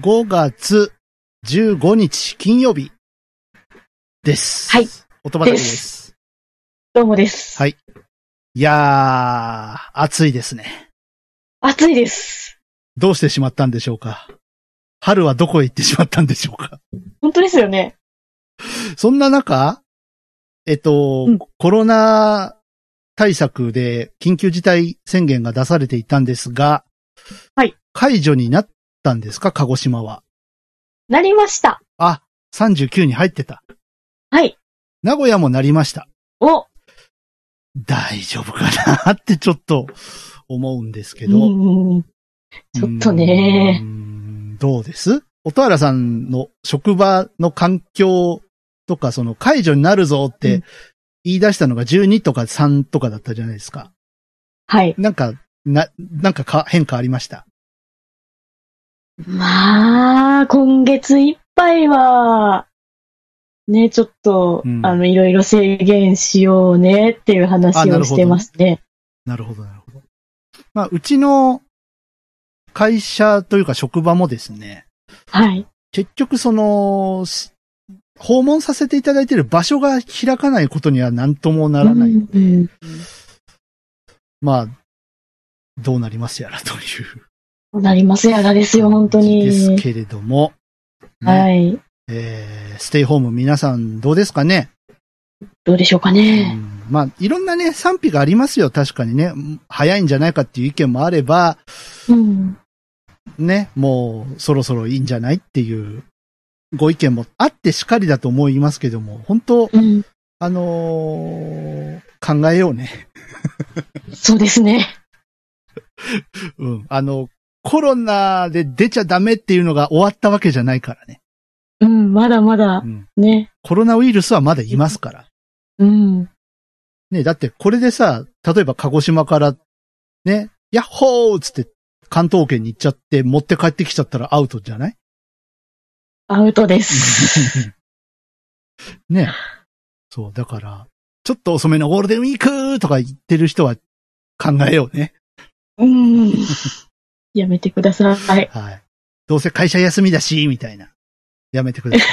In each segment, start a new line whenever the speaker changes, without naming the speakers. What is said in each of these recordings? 5月15日金曜日です。
はい。
音ばかりです。
どうもです。
はいいやー、暑いですね。
暑いです。
どうしてしまったんでしょうか春はどこへ行ってしまったんでしょうか
本当ですよね。
そんな中、えっと、
うん
コロナ対策で緊急事態宣言が出されていたんですが、
はい。
解除になったんですか鹿児島は。
なりました。
あ、39に入ってた。
はい。
名古屋もなりました。
お、
大丈夫かなってちょっと思うんですけ
う
ど。
ん。ちょっとね
うーん。どうです音原さんの職場の環境とか、その解除になるぞっ
う
て
ん
言い出したのが12とか3とかだったじゃないですか。
はい。
なんか、な、なんかか変化ありました。
まあ、今月いっぱいは、ね、ちょっと、
うん
あの、いろいろ制限しようねっていう
あ
話
なる
を
ほど
してますね。
なるほど、なるほど。まあ、うちの会社というか職場もですね、
はい。
結局その、し訪問させていただいている場所が開かないことには何ともならない。
うんうん
まあ、どうなりますやらという。
なりますやらですよ、本当
です
に。
けれども。ね
はい。
えーステイホーム皆さんどうですかね、
どうでしょうか
う
ね。
んまあ、いろんなね、賛否がありますよ、確かにね。早いんじゃないかっていう意見もあれば、
うん。
ね、もうそろそろいいんじゃないっていうご意見もあってしかりだと思いますけども、本当
うん。
あのー考えようね。
そうですね。
うん。あの、コロナで出ちゃダメっていうのが終わったわけじゃないからね。
うん、まだまだ
う、ん。
ね。
コロナウイルスはまだいますから。
うん。
ね、だってこれでさ、例えば鹿児島から、ね、ヤッホーっつって関東圏に行っちゃって持って帰ってきちゃったらアウトじゃ ない
アウ トです。
ね。そう、だから、ちょっと遅めのゴールデンウィークとか言ってる人は考えようね。
うん。やめてください。
はい。どうせ会社休みだし、みたいな。やめてください。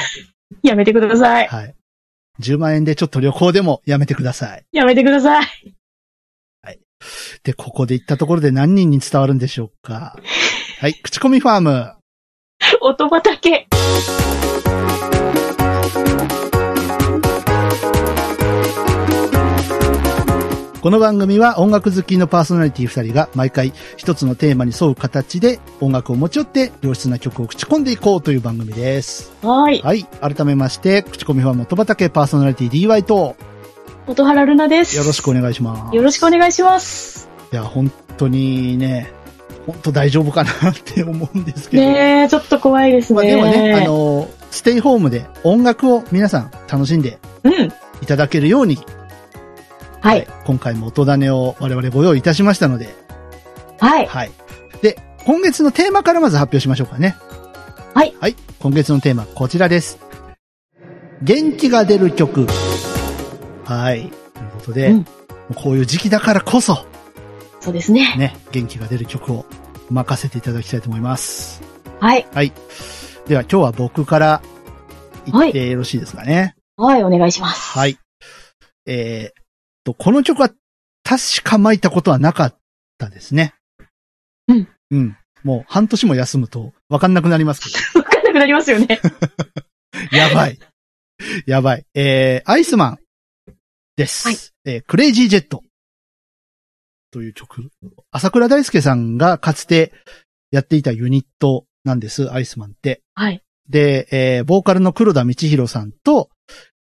やめてください。
はい。10万円でちょっと旅行でもやめてください。
やめてください。
で、ここで言ったところで何人に伝わるんでしょう か。はい。口コミファーム。
音畑。
この番組は音楽好きのパーソナリティ2人が毎回一つのテーマに沿う形で音楽を持ち寄って良質な曲を口コんでいこうという番組です。
はい。
はい。改めまして、口コミファーム音畑パーソナリティ DY と
音原ルナです。
よろしくお願いします。
よろしくお願いします。
いや、本当にね、本当大丈夫かなって思うんですけど。
ねえ、ちょっと怖いですね。
まあでもね、あ、の、ステイホームで音楽を皆さん楽しんで
うん。
いただけるように
はい。
今回も音種を我々ご用意いたしましたので、
はい。
はい。で、今月のテーマからまず発表しましょうかね。
はい。
はい。今月のテーマ、こちらです。元気が出る曲。はい。ということで、
うん
もうこういう時期だからこそ、
そうですね。
ね、元気が出る曲を任せていただきたいと思います。
はい。
はい。では今日は僕から言ってよろしいですかね。
はい、お願いします。
はい。えーっと、この曲は確か巻いたことはなかったですね。
うん。
うん。もう半年も休むと分かんなくなりますけ
わかんなくなりますよね。
ど。やばい。やばい。えー、アイスマンです。
はい
えークレイジージェット。という曲。朝倉大輔さんがかつてやっていたユニットなんです、アイスマンって。
はい。
で、えーボーカルの黒田道弘さんと、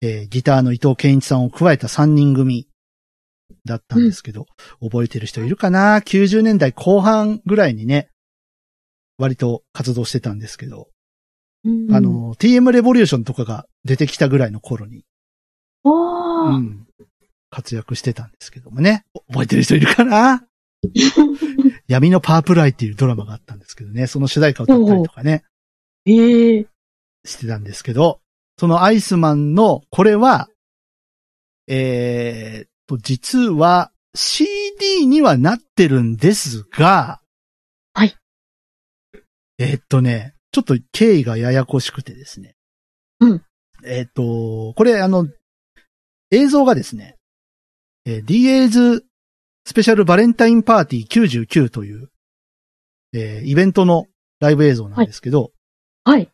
えーギターの伊藤健一さんを加えた3人組だったんですけど、覚えてる人いるかな ?90 年代後半ぐらいにね、割と活動してたんですけど、
うん
あ、の、TM レボリューションとかが出てきたぐらいの頃に、
おー
うん活躍してたんですけどもね、覚えてる人いるか な闇のパープルアイっていうドラマがあったんですけどね、その主題歌を歌ったりとかね、
ええ
してたんですけど、そのアイスマンの、これは、えーっと、実は CD にはなってるんですが、
はい。
えーっとね、ちょっと経緯がややこしくてですね。
うん。
えっ、と、これあの、映像がですね、えー、DA's スペシャルバレンタインパーティー99という、えーイベントのライブ映像なんですけど、
はい。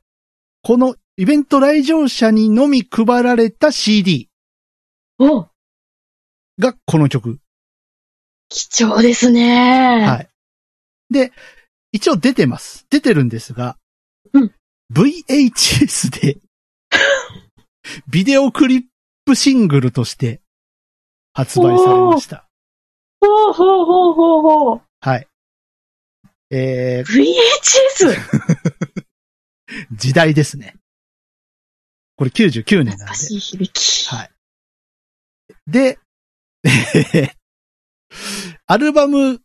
このイベント来場者にのみ配られた CD
お、
がこの曲。
貴重ですね。
はい。で、一応出てます。出てるんですが、
うん
VHS で、ビデオクリップシングルとして発売されました。
ほうほうほうほうほう。
はい。え
VHS!
ー、時代ですね。これ99年なんで
懐か。しい響き。
はい で、えへへアルバム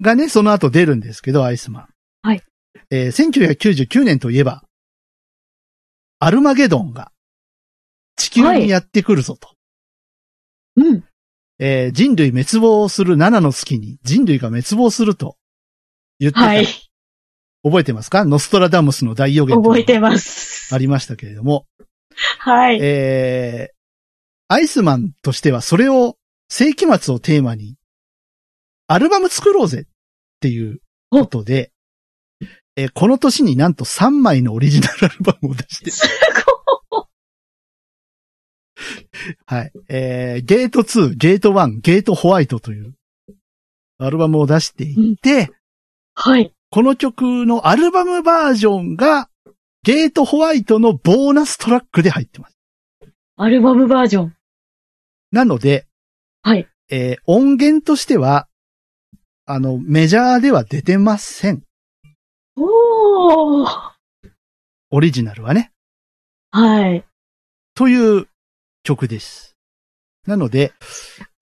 がね、その後出るんですけど、アイスマン。
はい。
えー1999年といえば、アルマゲドンが地球にやってくるぞと。
うん。
えー人類滅亡する7の月に人類が滅亡すると言ってた、
はい。
覚えてますかノストラダムスの大予言とか
覚えてます。
ありましたけれども、
はい。
えーアイスマンとしてはそれを、世紀末をテーマに、アルバム作ろうぜっていうことで、えーこの年になんと3枚のオリジナルアルバムを出して、
す
はい。えーゲート2、ゲート1、ゲートホワイトというアルバムを出していて、
ごい。はい。
この曲のアルバムバージョンが、ゲートホワイトのボーナストラックで入ってます。
アルバムバージョン。
なので、
はい。
えー音源としては、あの、メジャーでは出てません。
おー。
オリジナルはね。
はい。
という曲です。なので、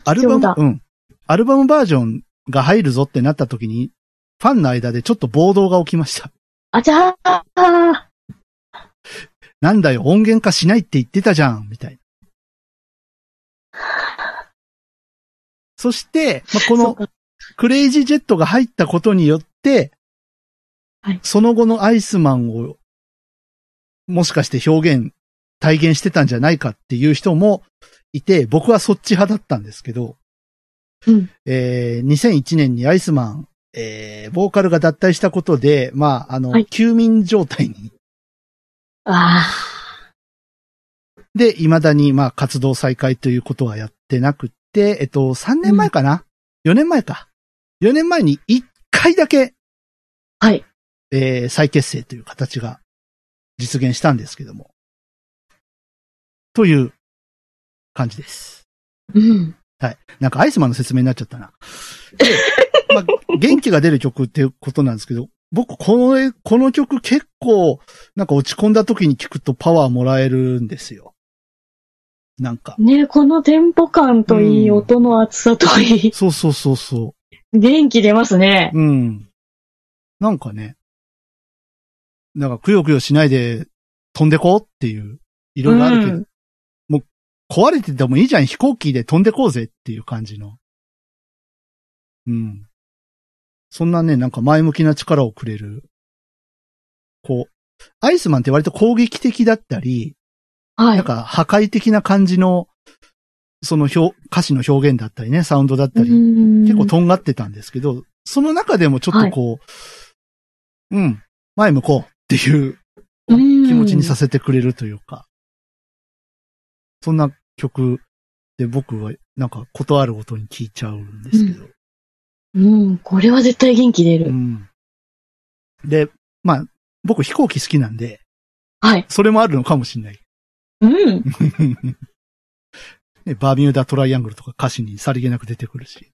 アルバ
貴重
ム
だ、
うん。アルバムバージョンが入るぞってなった時に、ファンの間でちょっと暴動が起きました。
あちゃーあ
なんだよ、音源化しないって言ってたじゃん、みたいな。そして、まあ、こ
ー。
の
そう、か
クレイジージェットが入ったことによって、
はい
その後のアイスマンを、もしかして表現、体現してたんじゃないかっていう人もいて、僕はそっち派だったんですけど、
うん
えー2001年にアイスマン、えーボーカルが脱退したことで、まあ、あの、
はい
休眠状態に、
あ
で、未だに、まあ、活動再開ということはやってなくて、えっと、3年前かな、?4 年前か。4年前に1回だけ、
ー。はい。
えー再結成という形が実現したんですけども。という感じです。
うん。
なんかアイスマンの説明になっちゃったな。でまあ、元気が出る曲っていうことなんですけど、僕この、この曲結構、なんか落ち込んだ時に聞くとパワーもらえるんですよ。なんか。
ねこのテンポ感といい、
うん
音の厚さといい、
そうそうそうそ
元気出ますね
う。。うん。なんかね。なんかくよくよしないで飛んでこうっていう、いろいろあるけど、
うん
壊れててもいいじゃん、飛行機で飛んでこうぜっていう感じの。うん。そんなね、なんか前向きな力をくれる。こう、アイスマンって割と攻撃的だったり、
は
なん
い。
か破壊的な感じの、その表、歌詞の表現だったりね、サウンドだったり、
結
結構とんがってたんですけど、その中でもちょっとこう、うん、前向こうっていう
気
気持ちにさ
せ
せてくれるというか、そんな曲で僕はなんかことあるごとに聴いちゃうんですけど、
うん、これは絶対元気出
う
る。
ん。で、まあ、僕飛行機好きなんで、
はい。
それもあるのかもしれない。
うん。
ね、バーミューダトライアングルとか歌詞にさりげなく出てくる し。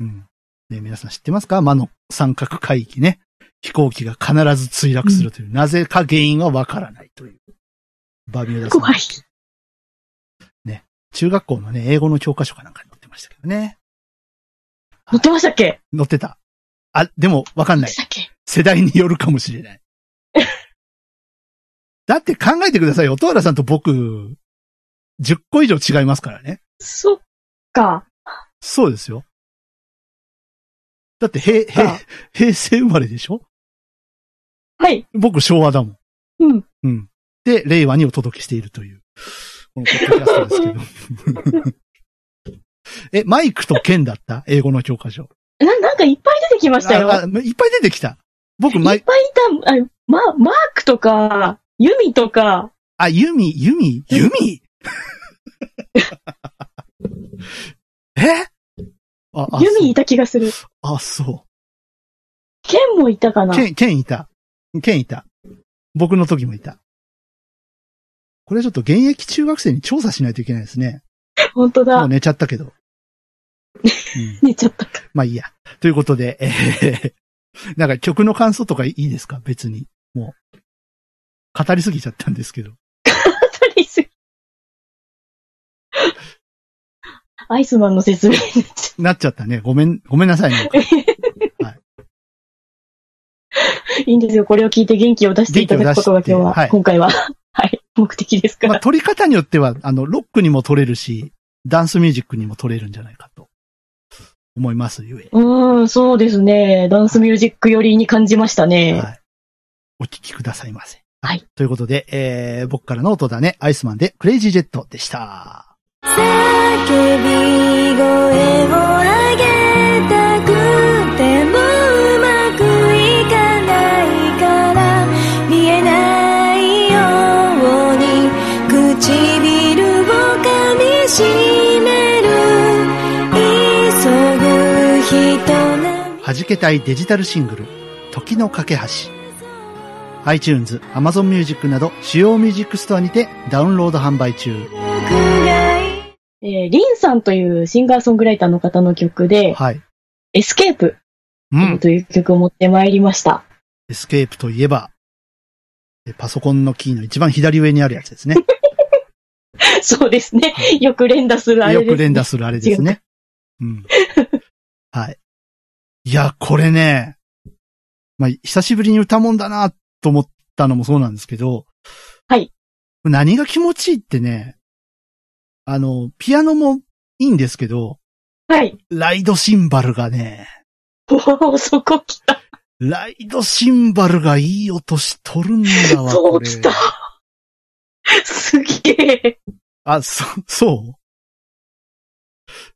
うん。ね、皆さん知ってますか魔の三角海域ね。飛行機が必ず墜落するという、なぜか原因はわからないという。バーミューダさん
怖い。
中学校のね、英語の教科書かなんかに載ってましたけどね。
乗ってましたっけ
載ってた。あ、でもわかんな
乗って
い。
たっけ
世代によるかもしれ ない。だって考えてくださいよ。音原さんと僕、10個以上違いますからね。
そっか。
そうですよ。だって、平、平
あ、
平成生まれでしょ
はい。
僕昭和だもん。
うん。
うん。で、令和にお届けしているという、このポッドキャストです けど。え、マイクとケンだった英語の教科書。
な、なんかいっぱい出てきましたよ。
ああいっぱい出てきた。僕、マ
いっ
イ、
ぱいいた、あま、マークとか、ユミとか、
あ、ユミ、ユミ、ユミ えあ、あ
ユミいた気がする。
そうあ、そ
ケンもいたか
う。
な
ケン、ケンいた。ケンいた。僕の時もいた。これちょっと現役中学生に調査しないといけないですね。
本当
もう
だ。
寝ちゃったけど。うん
寝ちゃったか。
まあいいや。ということで、えー、なんか曲の感想とかいいですか別に。もう。語りすぎちゃったんですけど。
当たりすぎ。アイスマンの説明になっち
なっちゃったね。ごめん、ご めんなさいね。
ゃういいんですよ。これを聞いて元気を出していただくことが今
元気
日
を出
は、
してはい
今回は、はい、目的ですか
まあ、
ら。
撮り方によっては、あの、ロックにも撮れるし、ダンスミュージックにも撮れるんじゃないかと。思います、ゆえ。
うーん、そうですね。ダンスミュージック寄りに感じましたね。
はい。お聞きくださいませ。
はい。
ということで、えー、僕からの音だね、アイスマンでクレイジージェットでした。
叫び声を上げたくてもうまくいかないから見えないように唇を噛みしめる急ぐ人な
弾けたいデジタルシングル、時の架け橋。iTunes、Amazon Music など主要ミュージックストアにてダウンロード販売中。
僕がい
えーリンさんというシンガーソングライターの方の曲で、
はい。
エスケープ
うん。
という曲を持ってまいり ました。
エスケープといえば、えパソコンのキーの一番左上にあるやつですね。
そうですね。よく連打するあれで
よ
す、ね。
く連打するあれですね。うん。はい。いや、これね、まあ、久しぶりに歌もんだなと思ったのもそうなんですけど、
はい。
何が気持ちいいってね、あの、ピアノもいいんですけど、
はい。
ライドシンバルがね、
おお、そこ来た。
ライドシンバルがいい音しとるんだわ。
そ
こ
う
れ
来た。すげえ。
あ、そ、そう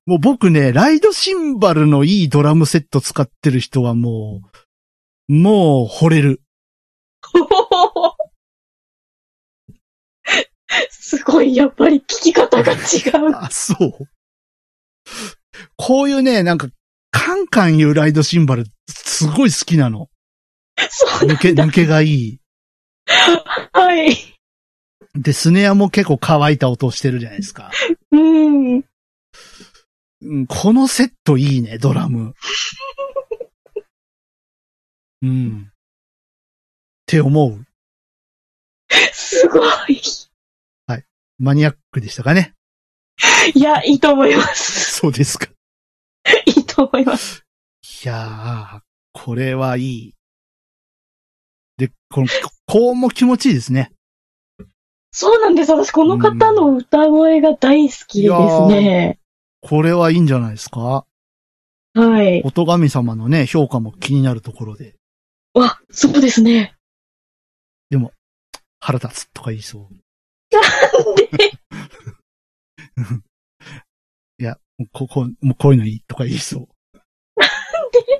もう僕ね、ライドシンバルのいいドラムセット使ってる人はもう、もう惚れる。
おおすごい、やっぱり聞き方が違う。
あ、そう。こういうね、なんか、カンカン言うライドシンバル、すごい好きなの。
そう
抜け、
なんだ。
抜けがいい。
はい。
で、スネアも結構乾いた音してるじゃないですか。
うん。
うんこのセットいいね、ドラム。うん。って思う。
すごい。
マニアックでしたかね。
いや、いいと思います。
そうですか。
いいと思います。
いやー、これはいい。で、この、高音も気持ちいいですね。
そうなんです。私、この方の歌声が大好きですね。
これはいいんじゃないですか
はい。
音神様のね、評価も気になるところで、
わ、そうですね。
腹立つとか言いそう。
なんで
ここ、もうこういうのいいとか言いそう。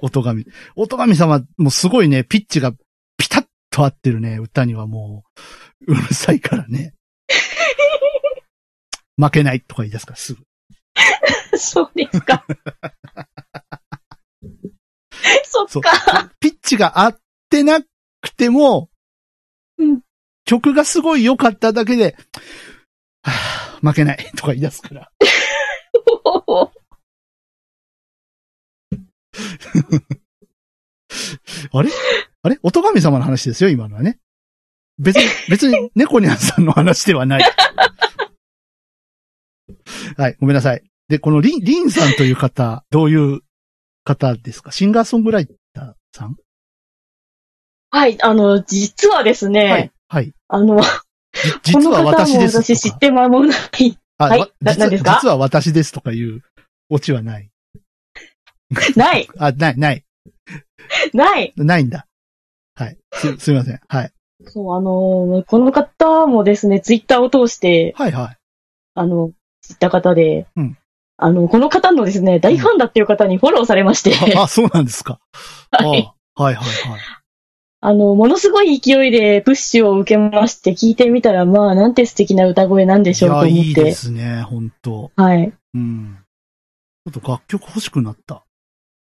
音神。音神様、もうすごいね、ピッチがピタッと合ってるね、歌にはもう、うるさいからね。 負けないとか言い出すから、すぐ。
そうです か。そ
そう
っか。
ピッチが合ってなくても、
うん
曲がすごい良かっただけで、はぁ負けないとか言い出すから。あれあれ音神様の話ですよ、今のはね。別 に、別に猫ニャンさんの話ではない。 はい、ごめんなさい。で、このリン、リンさんという方、どういう方ですかシンガーソングライターさん
はい、あの、実はですね、
はい。はい。
あの、
じ実は
この方
私
も
ですとか。
私知って間もない、
あ
はい
わ
な
実は
何ですか
実は私ですとかいうオチはない。
ない、
あ、ない、ない。
ない。
ないんだ。はい。す、すいません。はい。
そう、あのーこの方もですね、ツイッターを通して、
はい はい。
あの、知った方で、
うん
あの、この方のですね、大ファンだっていう方にフォローされまして、
あ、あそうなんです か。
はい
あはいはいはい。
あの、ものすごい勢いでプッシュを受けまして、聞いてみたら、まあ、なんて素敵な歌声なんでしょうと思っ
いや、いい
て。
ですね、本当
はい。
うん。ちょっと楽曲欲しくなった。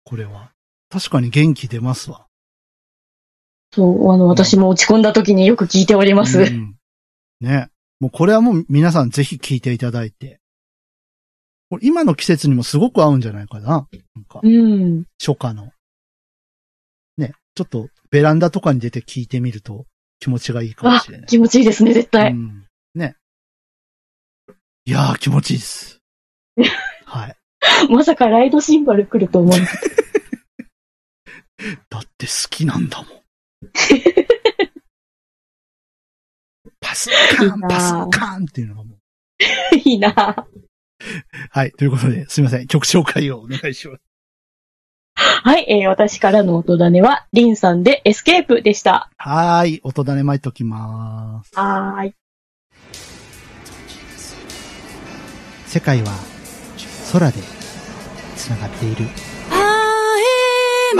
これは。確かに元気出ますわ。
そう、あの、私も落ち込んだ時によく聞いております。
うんね。もうこれはもう皆さんぜひ聴いていただいて。これ今の季節にもすごく合うんじゃないかな。なんか
う、ん。
初夏の。ね。ちょっとベランダとかに出て聴いてみると気持ちがいいかも
あ
しれない、。
気持ちいいですね、絶対。
うん、ね。いやー気持ちいい です。はい。
まさかライドシンバル来ると思う。
だって好きなんだもん。パスカーン、パスカーンっていうのがもう。
いいな
はい。ということで、すいません。曲紹介をお願いします。
はい、えー私からの音種は、リンさんでエスケープでした。
はーい。音種まいときまーす。
はーい。
世界は空で繋がっている。
I am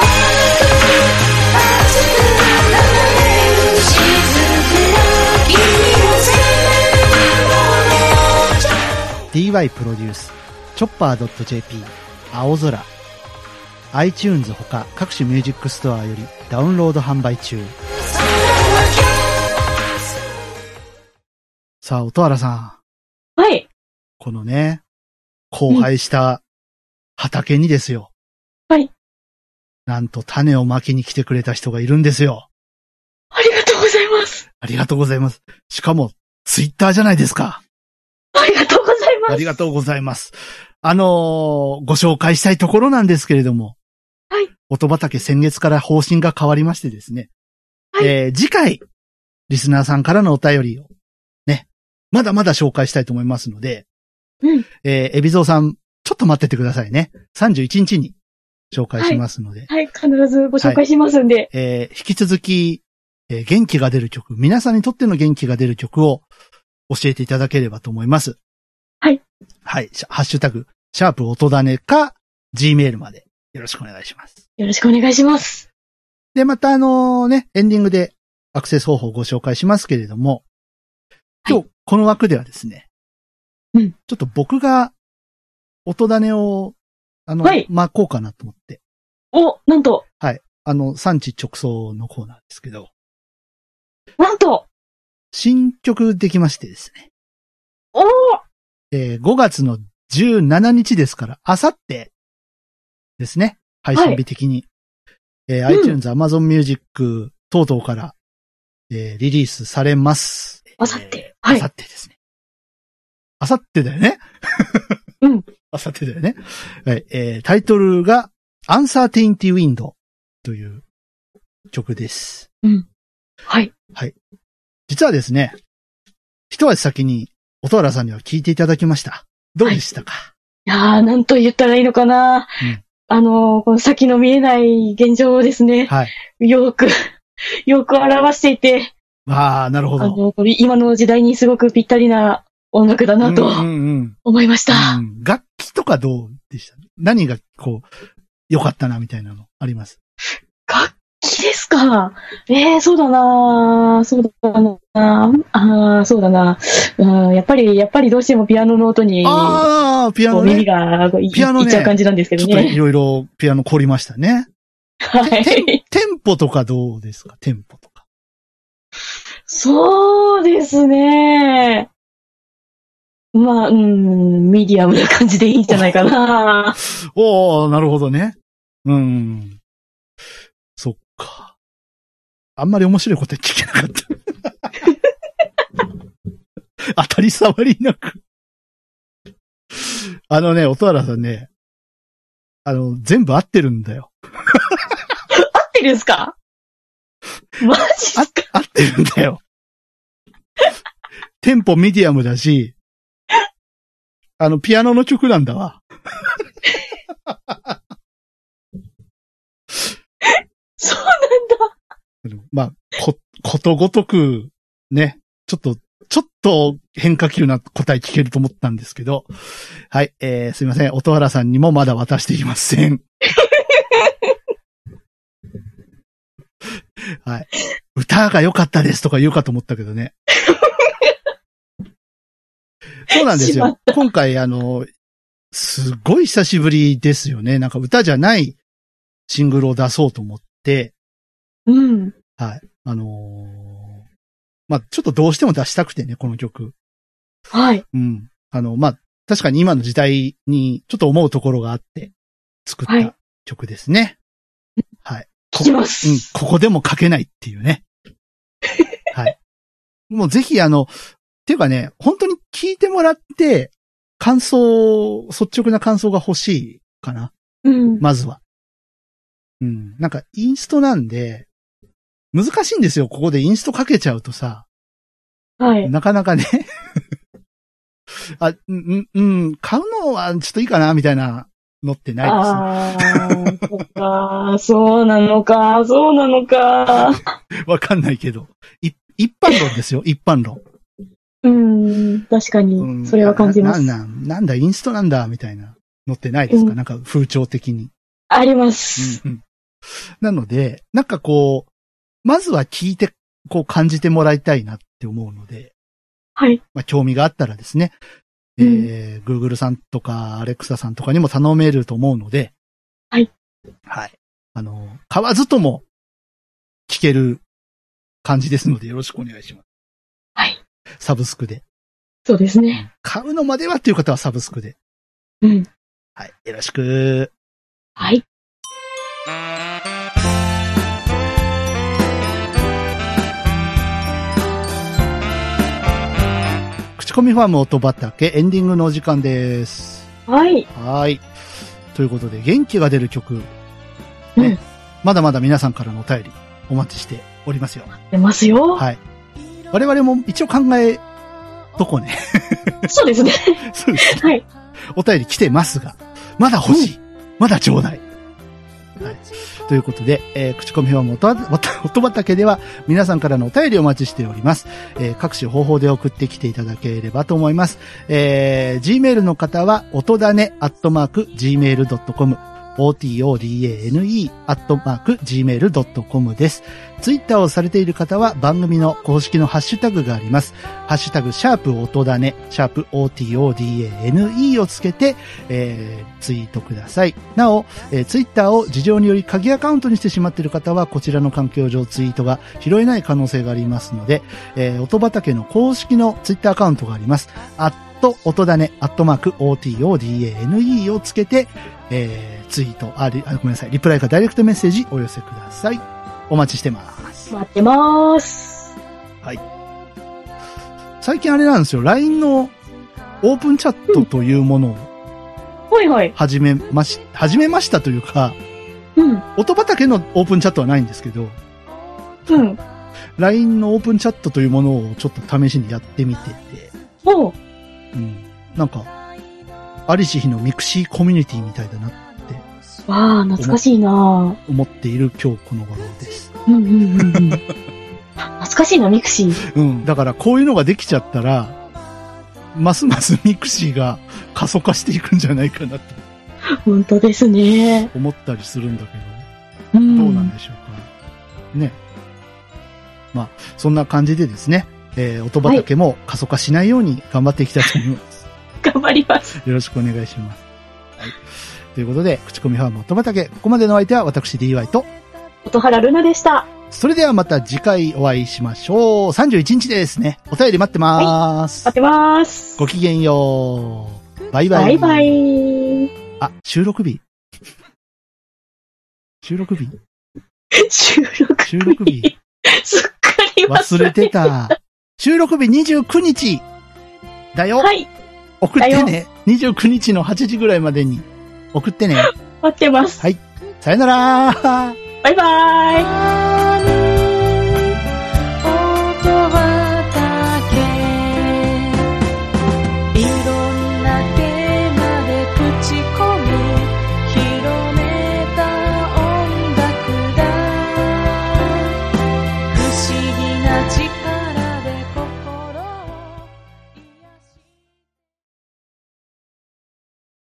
熱く流れる雫の君の背中を
DY プロデュース、チョッパー .jp、青空。iTunes ほか各種ミュージックストアよりダウンロード販売中。さあ、音原さん。
はい。
このね、荒廃した畑にですよ。
はい。
なんと種をまきに来てくれた人がいるんですよ。
ありがとうございます。
ありがとうございます。しかも、ツイッターじゃないですか。
ありがとうございます。
ありがとうございます。あのーご紹介したいところなんですけれども。
はい。
音畑先月から方針が変わりましてですね。
はい
えー次回、リスナーさんからのお便りを、ね、まだまだ紹介したいと思いますので、
うん
えー、エビゾーさん、ちょっと待っててくださいね。31日に紹介しますので、
はい、必ずご紹介しますんで。
えー引き続き、えー元気が出る曲、皆さんにとっての元気が出る曲を教えていただければと思います。
はい。
はい。シャハッシュタグ、シャープ音種か、gmail までよろしくお願いします。
よろしくお願いします。
で、またあのね、エンディングでアクセス方法をご紹介しますけれども、今日、この枠ではですね、
うん
ちょっと僕が音種を、あの、
はい
まこうかなと思って、
お、なんと、
あの、産地直送のコーナーですけど、
なんと、
新曲できましてですね、
おー
えー5月の17日ですから、あさってですね、配信日的に、えー
うん
iTunes、Amazon Music 等々から、えーリリースされます。
あさって
えー
はい
あさってですね。あさってだよね
うん。
あさってだよね。はい。えータイトルが、Uncertainty Window という曲です。
はい。
実はですね、一足先に、音原さんには聞いていただきました。どうでしたか、
いやー、なんと言ったらいいのかな、
うん
あのーこの先の見えない現状をですね、
はい。
よく、よく表していて、
ああ、なるほ
あ
ど。
のーこれ今の時代にすごくぴったりな音楽だなと
うんうんうん
思いました。
うん楽器とかどうでした何がこう、良かったなみたいなのあります。
楽器ですか。ええそうだなそうだなああ、そうだなうん、やっぱり、やっぱりどうしてもピアノの音に、
ああ、ピア
こ
ノ
う耳
ね。
がこうい
ピアノね
いっちゃう感じなんですけ
ち
ど
ょっとい
ね。
ろいろピアノ凝りましたね。
は
テン
い。
テンポとかどうですかテンポとか。
そうですね。まあ、うん、ミディアムな感じでいいんじゃないかな。
おおなるほどね。うん。そっか。あんまり面白いこと聞けなか った。当たり障りなく。あのね、音原さんね、あの、全部合ってるんだよ。
合ってるんすかマジっす
あ
か
合ってるんだよ。テンポミディアムだし、あの、ピアノの曲なんだわ。
そうなんだ。
でもまあ、こ、ことごとく、ね、ちょっと、ちょっと変化球な答え聞けると思ったんですけど、はい、えー、すいません。音原さんにもまだ渡していません。 はい。歌が良かったですとか言うかと思ったけどね。そうなんです
しま
よ。今回、あの、すごい久しぶりですよね。なんか歌じゃないシングルを出そうと思って、
うん。
あのーまあ、ちょっとどうしても出したくてね、この曲。
はい。
うん。あの、まあ、確かに今の時代にちょっと思うところがあって作っ
は
た
い
曲ですね。はい。
聞きま
うん
す。、
ここでも書けないっていう ね。はい。もうぜひあの、っていうかね、本当に聞いてもらって、感想、率直な感想が欲しいかな。
うん。
まずは。うん。なんか、インストなんで、難しいんですよ。ここでインストかけちゃうとさ、
はい。
なかなかね。 あ、うん、うん、買うのはちょっといいかな、みたいなのってないですね
ああ、そっか、そうなのか、そうなのか。。
わかんないけど。い一般論ですよ、一般論。
うん、確か
うん
に、それは感じます。
ななんなんだ、インストなんだ、みたいなのってないですか、
うん
なんか風潮的に。
あります。
うんうんなので、なんかこう、まずは聞いて、こう感じてもらいたいなって思うので、
はい。
まあ、興味があったらですね、
うん
えー、Google さんとか Alexa さんとかにも頼めると思うので、
はい。
はい。あの、買わずとも聞ける感じですのでよろしくお願いします。
はい。
サブスクで。
そうですね。
買うのまではっていう方はサブスクで。
うん。
はい。よろしく。
はい。
口コミファーム音畑エンディングのお時間です。
はい。
はい。ということで、元気が出る曲、ね
うん
まだまだ皆さんからのお便りお待ちしておりますよ。
出ますよ。
はい。我々も一応考えとこね。
そうですね。
そうですね
はい。
お便り来てますが、まだ欲しい。まだちょうだい。はい。ということで、えー口コミはもとわ、 わた音畑では皆さんからのお便りをお待ちしております。えー各種方法で送ってきていただければと思います。えー Gmail の方は、音だね、アットマーク、gmail.com。otodane アットマーク gmail.com です。ツイッターをされている方は番組の公式のハッシュタグがあります。ハッシュタグ、シャープ音だね、シャープ otodane をつけて、えーツイートください。なお、えーツイッターを事情により鍵アカウントにしてしまっている方は、こちらの環境上ツイートが拾えない可能性がありますので、えー音畑の公式のツイッターアカウントがあります。アット、音だね、アットマーク、otodane をつけて、えーツイートありあ、ごめんなさい、リプライかダイレクトメッセージお寄せください。お待ちしてます。
待ってます。
最近あれなんですよ、LINE のオープンチャットというものを
はいはい。
始めまし、始めましたというか、
うん。
音畑のオープンチャットはないんですけど、
うん。
LINE のオープンチャットというものをちょっと試しにやってみてて、
おう。
うん。なんか、ありし日のミクシーコミュニティみたいだなって
わあ、懐かしいな
思っている今日この頃です。
うんうんうん うん。懐かしいな、ミクシー。
うん。だからこういうのができちゃったら、ますますミクシーが過疎化していくんじゃないかなと
本当ですね。
思ったりするんだけど、
うん。
どうなんでしょうか。ね。まあ、そんな感じでですね、えー、音畑も過疎化しないように頑張っていきたいと思います。
頑張ります。
よろしくお願いします。はい。ということで、口コミファーム音畑、ここまでのお相手は私 DY と、
音原ルナでした。
それではまた次回お会いしましょう。31日ですね。お便り待ってます。
待ってます。
ごきげんよう。バイバ
バ
イ。
イバイ。
あ、収録日。収録日
収録。
収録日。
すっかり
忘れてた。収録日29日だよ。
はい。
送ってね。29日の8時ぐらいまでに送ってね。
待ってます。
さよなら。
バイバイ。
「未来へと